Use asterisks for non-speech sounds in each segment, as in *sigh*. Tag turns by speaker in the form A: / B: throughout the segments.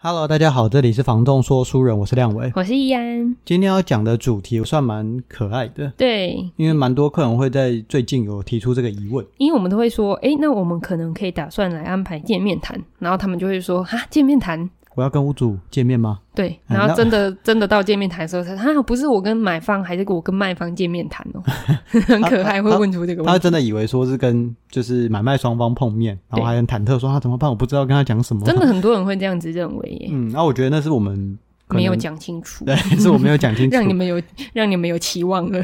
A: Hello，大家好，这里是房仲说书人，我是亮维。
B: 我是易安，
A: 今天要讲的主题算蛮可爱的，
B: 对，
A: 因为蛮多客人会在最近有提出这个疑问。
B: 因为我们都会说，诶，那我们可能可以打算来安排见面谈，然后他们就会说，哈，见面谈。
A: 我要跟屋主见面吗？
B: 对，
A: 嗯
B: 然
A: 那
B: 后真的 *laughs* 真的到见面谈的时候，他说啊，不是我跟买方，还是我跟卖方见面谈
A: *laughs*
B: 哦，很可爱，会问出这个问
A: 他
B: 题。
A: 真的以为说是跟就是买卖双方碰面，然后还很忐忑说他啊怎么办？我不知道跟他讲什么。
B: 真的，很多人会这样子认为耶，
A: 嗯，那、我觉得那是我们可能
B: 没有，讲清楚，
A: *laughs* 对，是我没有讲清楚。
B: 让你们有让你们有期望
A: *laughs*
B: 了。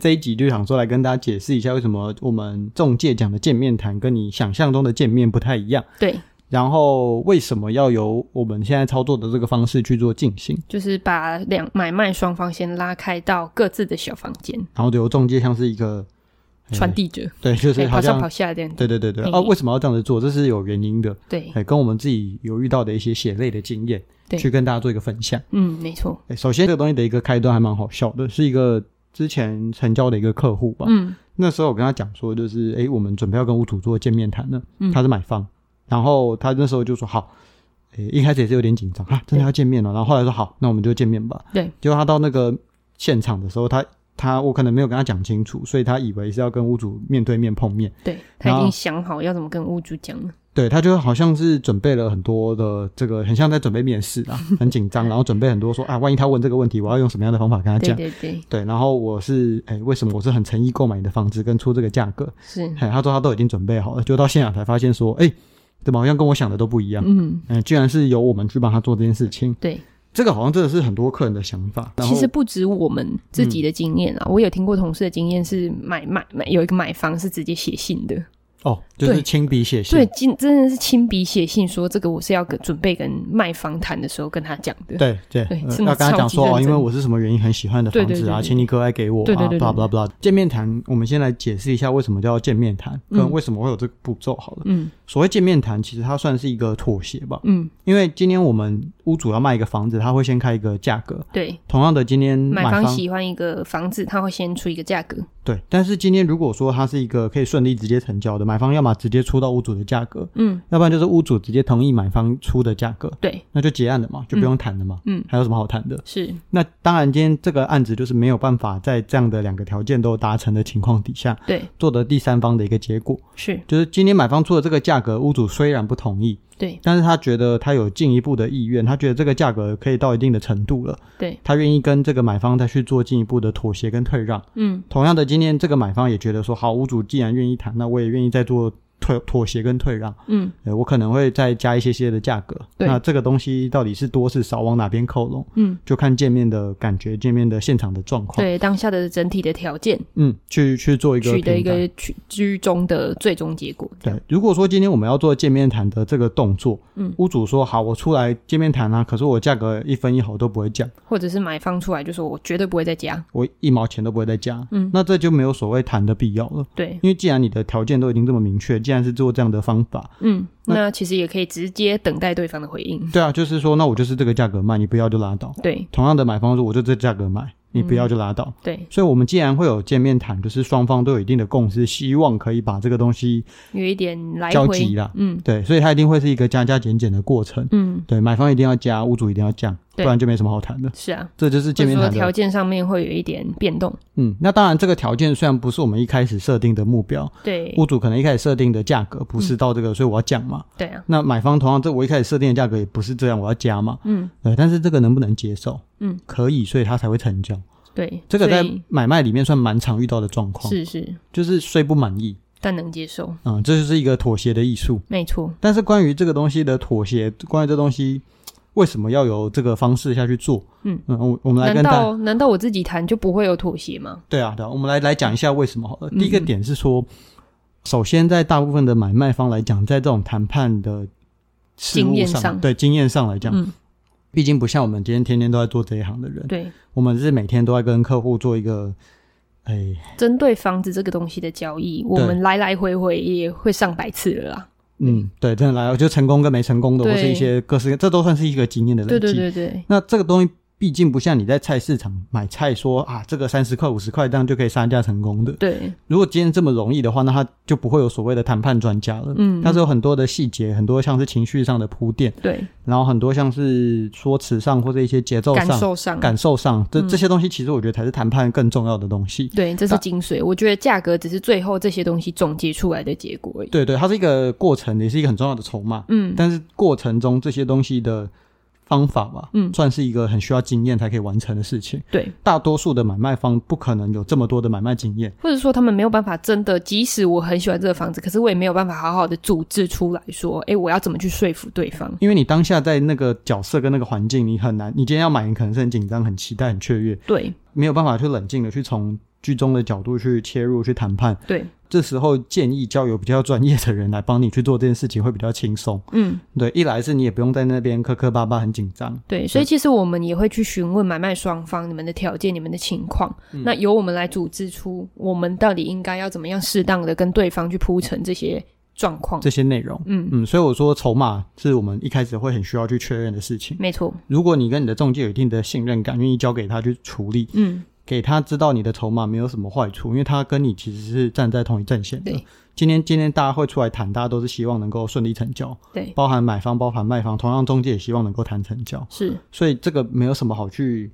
A: 这一集就想说来跟大家解释一下，为什么我们中介讲的见面谈跟你想象中的见面不太一样，
B: 对，
A: 然后为什么要由我们现在操作的这个方式去做进行，
B: 就是把两买卖双方先拉开到各自的小房间，
A: 然后由中介像是一个哎
B: 传递着，
A: 对，就是
B: 哎
A: 好
B: 跑上
A: 像
B: 跑下这样子。
A: 对对对对
B: 嘿
A: 哦，为什么要这样子做？这是有原因的，
B: 对，
A: 哎，跟我们自己有遇到的一些血泪的经验，
B: 对
A: 去跟大家做一个分享。
B: 嗯，没错，
A: 哎，首先这个东西的一个开端还蛮好笑的，是一个之前成交的一个客户吧，
B: 嗯
A: 那时候我跟他讲说，就是诶，我们准备要跟屋主做见面谈了，
B: 嗯
A: 他是买方，然后他那时候就说好，诶，一开始也是有点紧张啊，真的要见面了，然后后来说好，那我们就见面吧。
B: 对，
A: 结果他到那个现场的时候，他他我可能没有跟他讲清楚，所以他以为是要跟屋主面对面碰面，
B: 对，他已
A: 然后
B: 经想好要怎么跟屋主讲了。
A: 对他就好像是准备了很多的这个，很像在准备面试
B: *laughs*
A: 啊，很紧张，然后准备很多说啊，万一他问这个问题，我要用什么啊样的方法跟他
B: 对
A: 讲。
B: 对对，
A: 对，然后我是诶，为什么我是很诚意购买你的房子跟出这个价格？
B: 是，
A: 嘿，他说他都已经准备好了，就到现场才发现说，哎、怎么好像跟我想的都不一样？
B: 嗯，
A: 嗯，居然是由我们去帮他做这件事情，
B: 对。
A: 这个好像真的是很多客人的想法。然后嗯
B: 其实不止我们自己的经验啊，我有听过同事的经验是买买买有一个买方是直接写信的，
A: 哦，就是
B: 对
A: 亲笔写信，
B: 对，真真的是亲笔写信说这个我是要跟准备跟卖方谈的时候跟他讲的。
A: 对对
B: 对
A: 呃
B: 真的
A: 要跟他
B: 超
A: 讲
B: 级
A: 说
B: 认
A: 哦，因为
B: 真
A: 我是什么原因很喜欢你的
B: 对
A: 房
B: 对
A: 子
B: 对
A: 啊，
B: 对
A: 请你哥爱给我
B: 对对对对
A: 啊，blah blah blah。见面谈，我们先来解释一下为什么叫见面谈，跟
B: 嗯
A: 为什么会有这个步骤好了。
B: 嗯
A: 所谓见面谈，其实它算是一个妥协吧，
B: 嗯，
A: 因为今天我们屋主要卖一个房子，他会先开一个价格，
B: 对，
A: 同样的今天
B: 买
A: 买
B: 方
A: 方
B: 喜欢一个房子，他会先出一个价格，
A: 对，但是今天如果说它是一个可以顺利直接成交的，买方要么直接出到屋主的价格，
B: 嗯，
A: 要不然就是屋主直接同意买方出的价格，
B: 对，
A: 那就结案了嘛，就不用谈了嘛，
B: 嗯嗯
A: 还有什么好谈的？
B: 是，
A: 那当然，今天这个案子就是没有办法在这样的两个条件都达成的情况底下，
B: 对，
A: 做得第三方的一个结果，
B: 是
A: 就是今天买方出的这个价格，屋主虽然不同意，
B: 对
A: 但是他觉得他有进一步的意愿，他觉得这个价格可以到一定的程度了，
B: 对，
A: 他愿意跟这个买方再去做进一步的妥协跟退让。
B: 嗯，
A: 同样的，今天这个买方也觉得说，好，屋主既然愿意谈，那我也愿意再做退妥协跟退让，
B: 嗯，
A: 呃，我可能会再加一些些的价格。
B: 对
A: 那这个东西到底是多是少，往哪边靠拢，
B: 嗯，
A: 就看见面的感觉，见面的现场的状况，
B: 对当下的整体的条件，
A: 嗯，去去做一个
B: 取得一
A: 评判
B: 个居居中的最终结果。这样
A: 对，如果说今天我们要做见面谈的这个动作，
B: 嗯，
A: 屋主说好，我出来见面谈啊，可是我价格一分一毫都不会降，
B: 或者是买方出来就说我绝对不会再加，
A: 我一毛钱都不会再加，
B: 嗯
A: 那这就没有所谓谈的必要了，
B: 对，
A: 因为既然你的条件都已经这么明确，既然是做这样的方法，
B: 嗯，
A: 那
B: 那其实也可以直接等待对方的回应，
A: 对啊，就是说，那我就是这个价格卖，你不要就拉倒。
B: 对
A: 同样的买方说，我就这价格卖，你不要就拉倒。
B: 对，
A: 所以，我们既然会有见面谈，就是双方都有一定的共识，希望可以把这个东西
B: 有一点来
A: 交
B: 回，
A: 集啦。
B: 嗯
A: 对，所以它一定会是一个加加减减的过程。
B: 嗯，
A: 对，买方一定要加，屋主一定要降，不
B: 对
A: 然就没什么好谈的。
B: 是啊，
A: 这就是
B: 或
A: 见
B: 者
A: 面
B: 说
A: 谈
B: 条
A: 的。
B: 件上面会有一点变动，
A: 嗯，那当然，这个条件虽然不是我们一开始设定的目标，
B: 对嗯
A: 屋主可能一开始设定的价格不是到这个，所以我要降嘛。
B: 对啊，
A: 那买方同样，这我一开始设定的价格也不是这样，我要加嘛。
B: 嗯
A: 对，但是这个能不能接受？
B: 嗯，
A: 可以，所以它才会成交。
B: 对，
A: 这个在
B: 所以
A: 买卖里面算蛮常遇到的状况，
B: 是是，
A: 就是虽不满意，
B: 但能接受，
A: 嗯，这就是一个妥协的艺术。
B: 没错，
A: 但是关于这个东西的妥协，关于这东西为什么要有这个方式下去做？
B: 嗯
A: 我我们来
B: 难
A: 跟大
B: 道难道我自己谈就不会有妥协吗？
A: 对啊对啊，我们来来讲一下为什么好了。
B: 嗯
A: 第一个点是说，首先在大部分的买卖方来讲，在这种谈判的事物
B: 经验
A: 上，
B: 上
A: 对经验上来讲，
B: 嗯
A: 毕竟不像我们今天天天都在做这一行的人，
B: 对，
A: 我们是每天都在跟客户做一个，哎，
B: 针对房子这个东西的交易，我们来来回回也会上百次了啦。
A: 嗯，对，真的来，我觉得成功跟没成功的，或
B: 对
A: 是一些各式，这都算是一个经验的累积。
B: 对对对对，
A: 那这个东西毕竟不像你在菜市场买菜说啊，这个三十块五十块这样就可以杀价成功的。
B: 对，
A: 如果今天这么容易的话，那他就不会有所谓的谈判专家了。
B: 嗯
A: 它是有很多的细节，很多像是情绪上的铺垫，
B: 对，
A: 然后很多像是说辞上或者一些节奏
B: 感
A: 上、
B: 受嗯上，
A: 感受上，这、这些东西其实我觉得才是谈判更重要的东西。
B: 对，这是
A: 那
B: 精髓。我觉得价格只是最后这些东西总结出来的结果而已。
A: 对对，它是一个过程，也是一个很重要的筹码。
B: 嗯，
A: 但是过程中这些东西的方法吧，
B: 嗯
A: 算是一个很需要经验才可以完成的事情。
B: 对，
A: 大多数的买卖方不可能有这么多的买卖经验。
B: 或者说他们没有办法真的，即使我很喜欢这个房子，可是我也没有办法好好的组织出来说，哎，我要怎么去说服对方？
A: 因为你当下在那个角色跟那个环境，你很难。你今天要买，你可能是很紧张、很期待、很雀跃，
B: 对
A: 没有办法去冷静的去从剧中的角度去切入去谈判。
B: 对，
A: 这时候建议交由比较专业的人来帮你去做这件事情，会比较轻松。
B: 嗯，
A: 对，一来是你也不用在那边磕磕巴巴、很紧张。
B: 对，所以其实我们也会去询问买卖双方你们的条件、你们的情况，
A: 嗯
B: 那由我们来组织出我们到底应该要怎么样适当的跟对方去铺陈这些状况。
A: 这些内容。
B: 嗯
A: 嗯，所以我说筹码是我们一开始会很需要去确认的事情。
B: 没错，
A: 如果你跟你的中介有一定的信任感，愿意交给他去处理，
B: 嗯，
A: 给他知道你的筹码没有什么坏处，因为他跟你其实是站在同一阵线的
B: 对。
A: 今天今天大家会出来谈，大家都是希望能够顺利成交，
B: 对，
A: 包含买方、包含卖方，同样中介也希望能够谈成交，
B: 是
A: 所以这个没有什么好去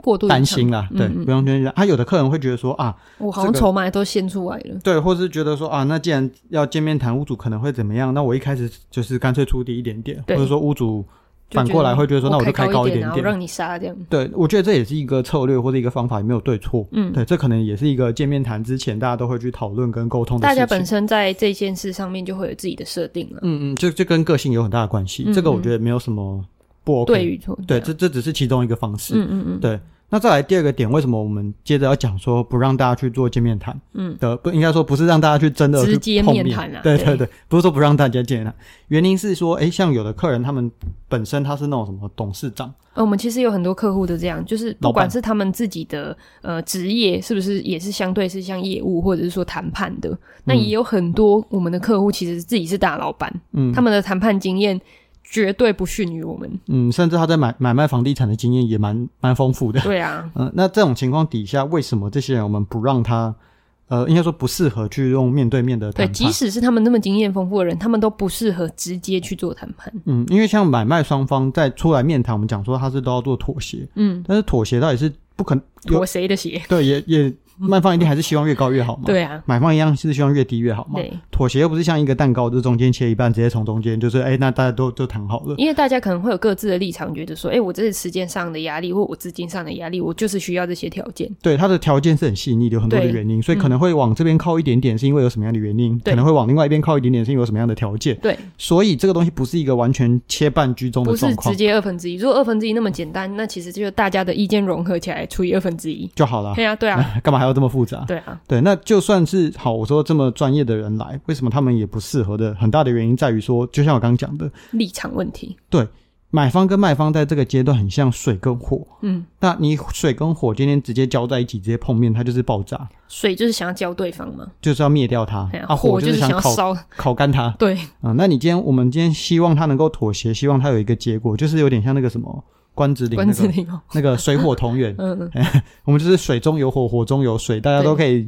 B: 过度
A: 担
B: 隐藏，
A: 心啦。对，
B: 嗯嗯
A: 不用担心。啊，有的客人会觉得说啊，
B: 我好像
A: 这个
B: 筹码都现出来了。
A: 对，或是觉得说啊，那既然要见面谈，屋主可能会怎么样？那我一开始就是干脆出低一点点，或
B: 对
A: 者说屋主反过来会觉得说，那我就
B: 开
A: 高
B: 一
A: 点
B: 然后让你杀这样。
A: 对，我觉得这也是一个策略或者一个方法，也没有对错。
B: 嗯，
A: 对，这可能也是一个见面谈之前大家都会去讨论跟沟通的
B: 大
A: 事情。
B: 家本身在这件事上面就会有自己的设定了，
A: 嗯嗯，就就跟个性有很大的关系。
B: 嗯
A: 这个我
B: 嗯
A: 觉得没有什么不 OK。
B: 对与错。
A: 对，
B: 啊
A: 这这只是其中一个方式。
B: 嗯嗯嗯，
A: 对，那再来第二个点，为什么我们接着要讲说不让大家去做见面谈？
B: 嗯，
A: 的不应该说不是让大家去真的
B: 直
A: 去
B: 接
A: 碰
B: 面
A: 面
B: 谈啊
A: 对
B: 对
A: 对对，不是说不让大家见面谈，原因是说，诶，像有的客人他们本身他是那种什么董事长，
B: 呃我们其实有很多客户都这样，就是不
A: 老
B: 管
A: 板
B: 是他们自己的呃职业，是不是也是相对是像业务或者是说谈判的，那也有很多我们的客户其实自己是大老板，
A: 嗯
B: 他们的谈判经验绝对不逊于我们。
A: 嗯，甚至他在买买卖房地产的经验也蛮蛮丰富的。
B: 对啊，
A: 嗯、那这种情况底下，为什么这些人我们不让他？呃，应该说不适合去用面对面的
B: 对，
A: *laughs* 谈判。
B: 即使是他们那么经验丰富的人，他们都不适合直接去做谈判。
A: 嗯，因为像买卖双方在出来面谈，我们讲说他是都要做妥协，
B: 嗯，
A: 但是妥协到底是不可能有
B: 妥谁的鞋？
A: 对，也也卖方一定还是希望越高越好嘛。，
B: 嗯对啊，
A: 买方一样是希望越低越好嘛。
B: 对。
A: 妥协又不是像一个蛋糕，就是中间切一半，直接从中间就是哎、那大家都都谈好了。
B: 因为大家可能会有各自的立场，觉得说，哎，我这是时间上的压力，或我资金上的压力，我就是需要这些条件。
A: 对，它的条件是很细腻的，有很多的
B: 对嗯
A: 原因，所以可能会往这边靠一点点，是因为有什么样的原因；
B: 对
A: 可能会往另外一边靠一点点，是因为有什么样的条件。
B: 对，
A: 所以这个东西不是一个完全切半居中的
B: 不是
A: 状况
B: 直接二分之一。如果二分之一那么简单，那其实就是大家的意见融合起来除以二分之一。
A: 就好了。
B: 对啊，对
A: *laughs*
B: 啊，
A: 干嘛还要这么复杂？
B: 对啊，
A: 对，那就算是好，我说这么专业的人来，为什么他们也不适合的？很大的原因在于说，就像我刚刚讲的，
B: 立场问题。
A: 买方跟卖方在这个阶段很像水跟火。
B: 嗯，
A: 那你水跟火今天直接交在一起，直接碰面，它就是爆炸，
B: 水就是想要教对方嘛，
A: 就是要灭掉它
B: 哎呀。
A: 啊，
B: 火
A: 就
B: 就是
A: 想
B: 要
A: 烤
B: 烧。
A: 烤干它
B: 对，
A: 啊。那你今天我们今天希望它能够妥协，希望它有一个结果，就是有点像那个什么关子岭
B: 关
A: 那
B: 子
A: 个呃
B: 岭哦。，
A: *laughs* 那个水火同源
B: *laughs* 嗯，
A: 我们就是水中有火，火中有水，大家都可以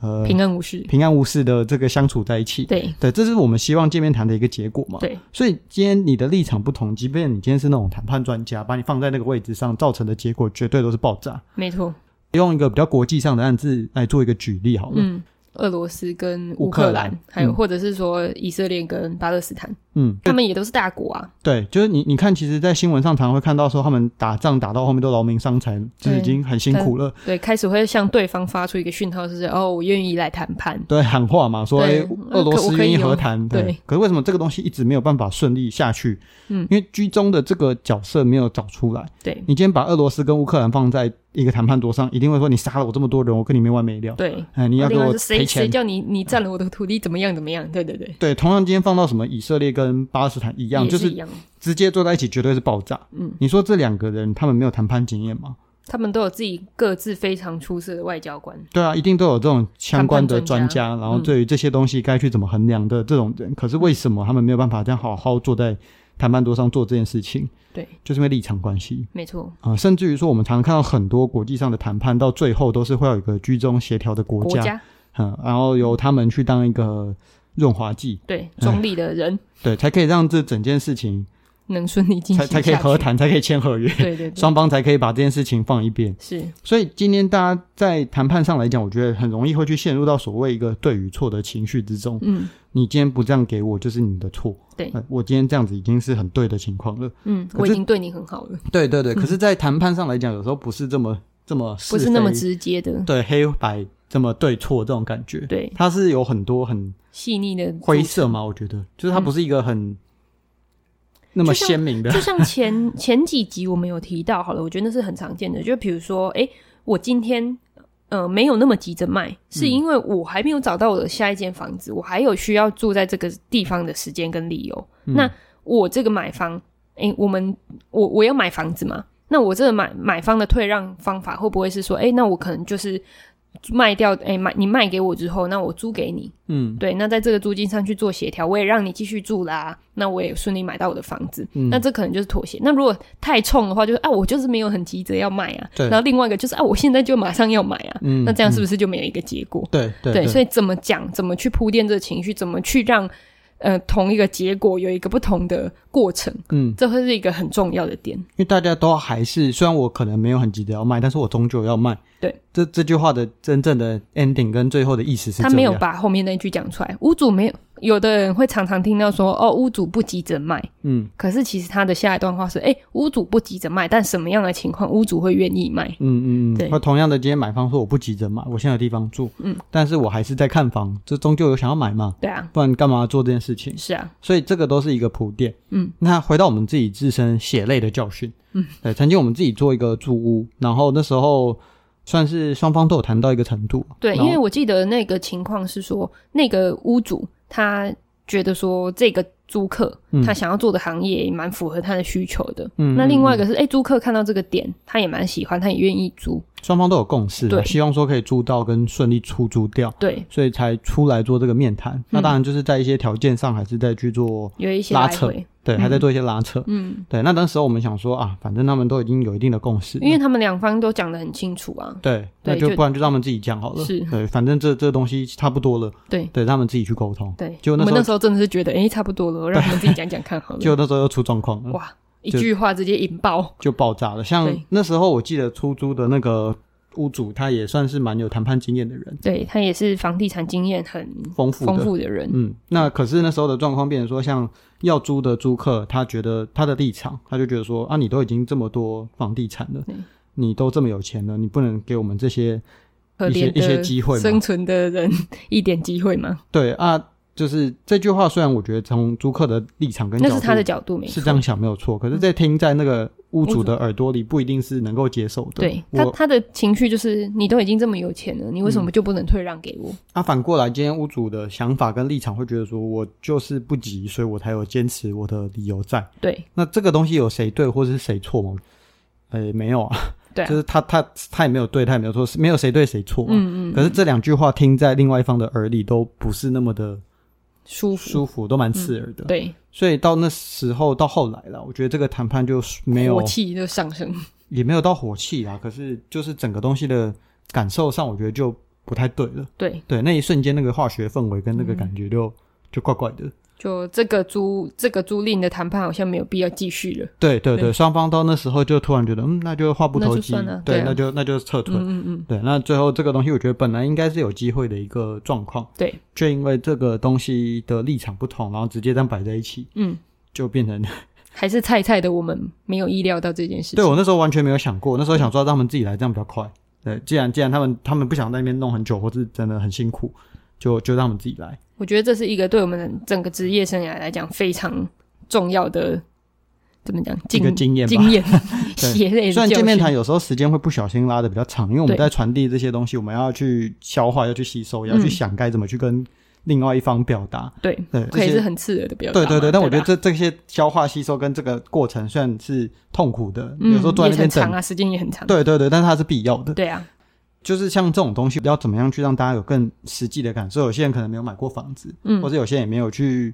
A: 呃
B: 平安无事。
A: 平安无事的这个相处在一起。
B: 对
A: 对，这是我们希望见面谈的一个结果嘛。
B: 对，
A: 所以今天你的立场不同，即便你今天是那种谈判专家，把你放在那个位置上，造成的结果绝对都是爆炸。
B: 没错。
A: 用一个比较国际上的案例来做一个举例好了。
B: 嗯，俄罗斯跟乌
A: 乌克
B: 克
A: 兰
B: 兰，还有
A: 嗯
B: 或者是说以色列跟巴勒斯坦，
A: 嗯，
B: 他们也都是大国啊。
A: 对，就是你你看，其实，在新闻上常会看到说他们打仗打到后面都劳民伤财，就
B: 对
A: 已经很辛苦了。
B: 对，开始会向对方发出一个讯号，就是哦，我愿意来谈判。
A: 对，喊话嘛，说
B: 对
A: 哎，俄罗
B: 我
A: 斯
B: 可以
A: 愿意
B: 哦
A: 和谈。
B: 对，
A: 可是为什么这个东西一直没有办法顺利下去？
B: 嗯，
A: 因为居中的这个角色没有找出来。
B: 对
A: 你今天把俄罗斯跟乌克兰放在一个谈判桌上，一定会说你杀了我这么多人，我跟你没完没了。
B: 对，
A: 哎，你要给
B: 哦另外
A: 我
B: 是谁
A: 赔
B: 谁
A: 钱。
B: 叫你你占了我的土地，怎么样怎么样？对对对，
A: 对，同样今天放到什么以色列跟跟巴勒斯坦一样，
B: 也
A: 就是
B: 一
A: 是
B: 样，
A: 直接坐在一起绝对是爆炸。
B: 嗯，
A: 你说这两个人他们没有谈判经验吗？
B: 他们都有自己各自非常出色的外交官。
A: 对啊，一定都有这种相关的专
B: 谈
A: 家，然后对于这些东西该去怎么衡量的这种人，可是为什么他们没有办法这样好好坐在谈判桌上做这件事情？
B: 对，
A: 就是因为立场关系
B: 没错，
A: 啊、呃甚至于说我们常常看到很多国际上的谈判到最后都是会有一个居中协调的国
B: 国
A: 家，
B: 家
A: 嗯，然后由他们去当一个润滑剂，
B: 对中立的人
A: 对，才可以让这整件事情
B: 能顺利进
A: 才
B: 行
A: 才可以
B: 下去
A: 和。谈，才可以签合约，
B: 对对对，
A: 双方才可以把这件事情放一边。
B: 是
A: 所以今天大家在谈判上来讲，我觉得很容易会去陷入到所谓一个对与错的情绪之中。
B: 嗯
A: 你今天不这样给我，就是你的错。
B: 对
A: 呃我今天这样子已经是很对的情况了。
B: 嗯，
A: 可是
B: 我已经对你很好了，
A: 对对对，可是，在谈判上来讲，有时候不是这么这么
B: 不是那么
A: 是非
B: 直接的，
A: 对黑白这么对错这种感觉。
B: 对
A: 它是有很多很
B: 细腻的
A: 灰色嘛，我觉得就是它不是一个很、那么
B: 就像
A: 鲜明的
B: *laughs* 就像前前几集我们有提到，好了，我觉得那是很常见的。就比如说，哎、我今天呃没有那么急着卖，是因为我还没有找到我的下一间房子，我还有需要住在这个地方的时间跟理由。那我这个买房，哎、我们我我要买房子嘛？那我这个买买方的退让方法会不会是说，哎、那我可能就是卖掉，哎、买你卖给我之后，那我租给你，
A: 嗯
B: 对，那在这个租金上去做协调，我也让你继续住啦，那我也顺利买到我的房子，
A: 嗯
B: 那这可能就是妥协。那如果太冲的话，就是啊，我就是没有很急着要卖啊，
A: 对
B: 然后另外一个就是啊，我现在就马上要买啊，
A: 嗯
B: 那这样是
A: 嗯
B: 不是就没有一个结果？
A: 对对
B: 对，所
A: 以
B: 以怎么讲，怎么去铺垫这个情绪，怎么去让呃同一个结果有一个不同的过程，
A: 嗯，
B: 这会是一个很重要的点。
A: 因为大家都还是，虽然我可能没有很急着要卖，但是我终究要卖。
B: 对，
A: 这这句话的真正的 ending 跟最后的意思是
B: 他
A: 这
B: 没有
A: 样。
B: 把后面那一句讲出来，屋主没有，有的人会常常听到说哦，屋主不急着卖，
A: 嗯
B: 可是其实他的下一段话是：哎、屋主不急着卖，但什么样的情况屋主会愿意卖？
A: 嗯嗯嗯。
B: 对
A: 那同样的，今天买方说我不急着买，我现在有地方住，
B: 嗯，
A: 但是我还是在看房，这终究有想要买嘛，
B: 对啊，
A: 不然干嘛做这件事情？
B: 是啊，
A: 所以这个都是一个铺垫。
B: 嗯，
A: 那回到我们自己自身血泪的教训。嗯，对，曾经我们自己做一个住屋，然后那时候算是双方都有谈到一个程度。
B: 对，
A: 然
B: 因
A: 后
B: 为我记得那个情况是说，那个屋主他觉得说这个租客、
A: 嗯
B: 他想要做的行业也蛮符合他的需求的。
A: 嗯
B: 那另外一
A: 个
B: 个是，哎、租客看到这个点，他也蛮喜欢，他也愿意租。
A: 双方都有共识，啊
B: 对
A: 希望说可以租到跟顺利出租掉。
B: 对，
A: 所以才出来做这个面
B: 嗯
A: 谈。那当然就是在一些条件上，还是在去做
B: 有一些
A: 拉
B: 来
A: 扯
B: 回，
A: 对，还在做一些拉扯。
B: 嗯，
A: 对，那当时候我们想说啊，反正他们都已经有一定的共识，
B: 因为他们两方都讲得很清楚啊。
A: 对，
B: 对
A: 那就
B: 就
A: 不然就让他们自己讲好了。
B: 是
A: 对，反正这这东西差不多了，
B: 对
A: 对，让他们自己去沟通。
B: 对，
A: 就那
B: 我们
A: 时候
B: 那时候真的是觉得，哎、差不多了，我让他们自己讲讲看好了。
A: *laughs* 就那时候又出状况了，
B: 哇，一
A: 就
B: 句话直接引爆。
A: 就爆炸了。像
B: 对
A: 那时候我记得出租的那个屋主，他也算是蛮有谈判经验的人，
B: 对他也是房地产经验很
A: 丰富的。
B: 丰富的人，
A: 嗯，那可是那时候的状况变成说，像要租的租客，他觉得他的立场，他就觉得说啊，你都已经这么多房地产了
B: 对，
A: 你都这么有钱了，你不能给我们这些
B: 可怜
A: 嗯一些一些
B: 的
A: 机会嘛
B: 生存的人一点机会吗？
A: 对啊，就是这句话，虽然我觉得从租客的立场跟角
B: 那是
A: 度
B: 他的角度，没
A: 是
B: 错。
A: 这样想没有错，可是，在听在那个屋主的耳朵里，不一定是能够接受的。
B: 对他，
A: 我嗯
B: 他的情绪就是你都已经这么有钱了，你为什么就不能退让给我？
A: 啊，反过来，今天屋主的想法跟立场会觉得说，我就是不急，所以我才有坚持我的理由在。
B: 对
A: 那这个东西有谁对或是谁错吗？呃，没有啊，
B: 对啊
A: 就是他他他也没有对，他也没有错，是没有谁对谁错、啊。
B: 嗯
A: 可是这两句话听在另外一方的耳里都不是那么的
B: 舒服，嗯
A: 舒服，都蛮刺耳的。，
B: 对，
A: 所以到那时候到后来了，我觉得这个谈判就没有
B: 火气就上升。
A: 也没有到火气啊，可是就是整个东西的感受上，我觉得就不太对了。
B: 对，
A: 对，那一瞬间那个化学氛围跟那个感觉
B: 嗯
A: 就、就怪怪的。
B: 就这个租这个租赁的谈判好像没有必要继续了。
A: 对对对，
B: 对
A: 双方到那时候就突然觉得，嗯，那就话不投
B: 那就
A: 机
B: 算了，
A: 对，
B: 对啊
A: 那就那就撤退。
B: 嗯嗯嗯，
A: 对，那最后这个东西，我觉得本来应该是有机会的一个状况，
B: 对，
A: 却因为这个东西的立场不同，然后直接这样摆在一起，
B: 嗯，
A: 就变成
B: 还是菜菜的我们没有意料到这件事情。
A: 对我那时候完全没有想过，那时候想说让他们自己来，这样比较快。对，既然既然他们他们不想在那边弄很久，或是真的很辛苦，就就让他们自己来。
B: 我觉得这是一个对我们整个职业生涯来讲非常重要的，怎么讲？
A: 一个经验吧
B: 经验
A: *laughs*
B: *laughs*
A: 对
B: 血泪的
A: 虽然
B: 教
A: 见面
B: 训
A: 谈有时候时间会不小心拉的比较长，因为我们
B: 对嗯
A: 在传递这些东西，我们要去消化，要去吸收，也要去想该怎么去跟另外一方表达。
B: 对，
A: 对，
B: 可以
A: 这
B: 是
A: 些
B: 很刺耳的表达
A: 对
B: 嘛。
A: 对对，但我觉得
B: 吧
A: 这这些消化吸收跟这个过程虽然是痛苦的，有时候
B: 嗯
A: 坐在
B: 也
A: 那边
B: 很长
A: 等，
B: 啊，时间也很长。
A: 对对对，但是它是必要的。
B: 对啊，
A: 就是像这种东西，要怎么样去让大家有更实际的感受？有些人可能没有买过房子，
B: 嗯
A: 或，者有些人也没有去，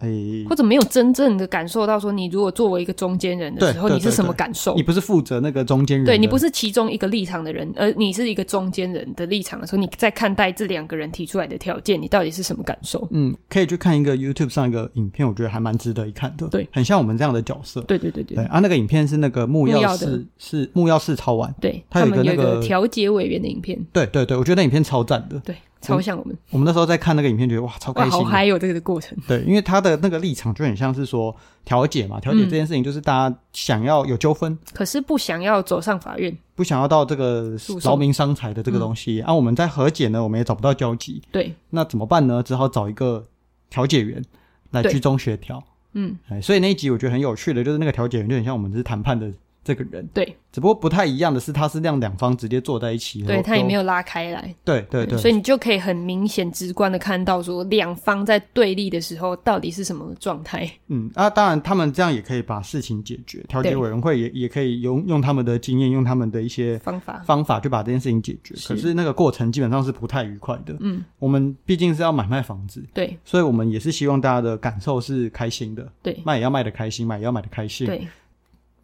A: 哎诶、
B: 或者没有真正的感受到说，你如果作为一个中间人的
A: 对
B: 时候，
A: 对
B: 你是
A: 对
B: 什么
A: 对
B: 感受
A: 你？不是负责那个中间人的，
B: 对你不是其中一个立场的人，而你是一个中间人的立场的时候，你在看待这两个人提出来的条件，你到底是什么感受？
A: 嗯，可以去看一个 YouTube 上一个影片，我觉得还蛮值得一看的。
B: 对，
A: 很像我们这样的角色。
B: 对对对对
A: 对啊，那个影片是那个木
B: 木
A: 曜
B: 曜的
A: 四是木曜四超玩。
B: 对，
A: 他
B: 他
A: 有一个
B: 们有一
A: 那
B: 个
A: 个
B: 调解委员的影片，
A: 对对对，我觉得那影片超赞的。
B: 对，超像我们，
A: 我们那时候在看那个影片，觉得哇，超
B: 哇，
A: 开心
B: 好
A: 的。
B: 嗨有这个过程，
A: 对，因为他的那个立场就很像是说调解嘛，调解
B: 嗯
A: 这件事情就是大家想要有纠纷，
B: 可是不想要走上法院，
A: 不想要到这个
B: 诉讼嗯
A: 劳民伤财的这个东西。啊，我们在和解呢，我们也找不到交集，
B: 对，
A: 那怎么办呢？只好找一个调解员来
B: 对
A: 居中协调。
B: 嗯，
A: 哎，所以那一集我觉得很有趣的，就是那个调解员就很像我们是谈判的这个人，
B: 对，
A: 只不过不太一样的是，他是让两方直接坐在一起，然
B: 对
A: 后
B: 他也
A: 都
B: 没有拉开来，
A: 对对对，
B: 所以你就可以很明显直观的看到说两方在对立的时候到底是什么状态，
A: 嗯，啊，当然他们这样也可以把事情解决，调解
B: 对
A: 委员会也也可以用用他们的经验，用他们的一些
B: 方法，
A: 方法去把这件事情解决。
B: 啊是
A: 可是那个过程基本上是不太愉快的。
B: 嗯，
A: 我们毕竟是要买卖房子，
B: 对
A: 所以我们也是希望大家的感受是开心的，
B: 对
A: 卖也要卖的开心，买也要买的开心，
B: 嗯对。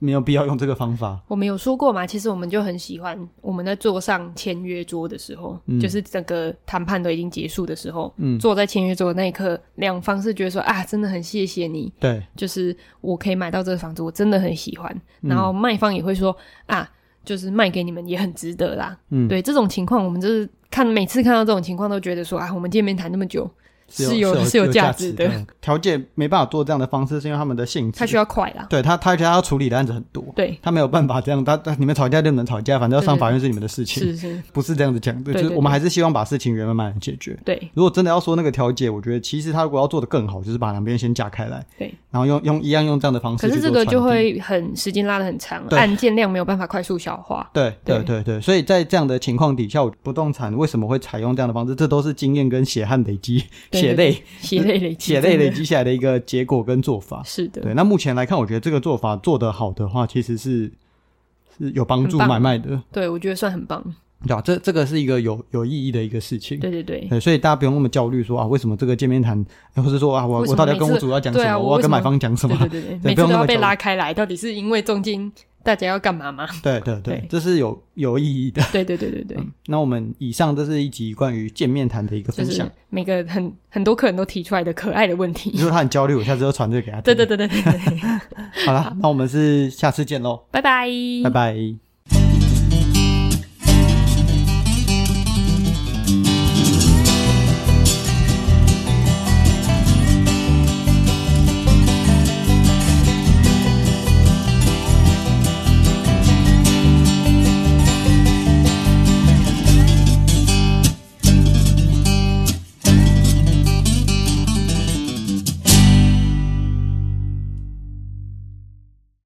A: 没有必要用这个方法。
B: 我们有说过嘛，其实我们就很喜欢我们在桌上签约桌的时候，
A: 嗯
B: 就是整个谈判都已经结束的时候，
A: 嗯
B: 坐在签约桌的那一刻，两方是觉得说啊，真的很谢谢你，
A: 对，
B: 就是我可以买到这个房子，我真的很喜欢。
A: 嗯
B: 然后卖方也会说啊，就是卖给你们也很值得啦。
A: 嗯，
B: 对这种情况，我们就是看每次看到这种情况，都觉得说啊，我们见面谈那么久，是有
A: 有
B: 是有价
A: 价
B: 值的
A: 的。调解没办法做这样的方式，是因为他们的性质，
B: 他需要快啦。
A: 对他，他他要处理的案子很多，
B: 对，
A: 他没有办法这样，他他你们吵架就能吵架，反正要上法院是你们的事情，
B: 是是，
A: 不是这样子讲的，
B: 对
A: 就是
B: 对
A: 我们
B: 对
A: 还是希望把事情圆满满地解决。
B: 对
A: 如果真的要说那个调解，我觉得其实他如果要做的更好，就是把两边先架开来，
B: 对。
A: 然后用用一样用这样的方式
B: 可是
A: 去做
B: 这
A: 传递。
B: 个就会很时间拉得很长，啊
A: 对
B: 案件量没有办法快速消化。
A: 对对
B: 对
A: 对对，所以在这样的情况底下，我不动产为什么会采用这样的方式？这都是经验跟血汗累积、
B: 对对
A: 血泪、
B: 血泪累积，
A: 血泪
B: 真的
A: 累积下来的一个结果跟做法。
B: 是的，
A: 对，那目前来看，我觉得这个做法做得好的话，其实是是有帮助
B: 很棒
A: 买卖的，
B: 对我觉得算很棒，
A: 对吧、啊这这个是一个有有意义的一个事情。
B: 对对对，
A: 对，所以大家不用那么焦虑，说啊，为什么这个见面谈，哎或是说啊，我
B: 为什么
A: 我到底要跟
B: 每
A: 屋
B: 次
A: 主要讲什
B: 对
A: 么，
B: 啊我
A: 要
B: 为
A: 跟
B: 什么
A: 买方讲什么
B: 对？对对对，每次
A: 不
B: 都
A: 用那
B: 要
A: 么
B: 被
A: 焦虑
B: 拉开来，到底是因为重金大家要干嘛吗？
A: 对对对
B: 对
A: 这是有有意义的。
B: 对对对对对，
A: 那我们以上这是一集关于见面谈的一个
B: 就
A: 分享
B: 是。每个很很多客人都提出来的可爱的问 *laughs*
A: 如
B: 题，
A: 果他很焦虑，我下次就传这个给他。 *laughs*
B: 对对，对对对，对
A: 好啦，那我们是下次见喽，
B: 拜拜
A: 拜拜。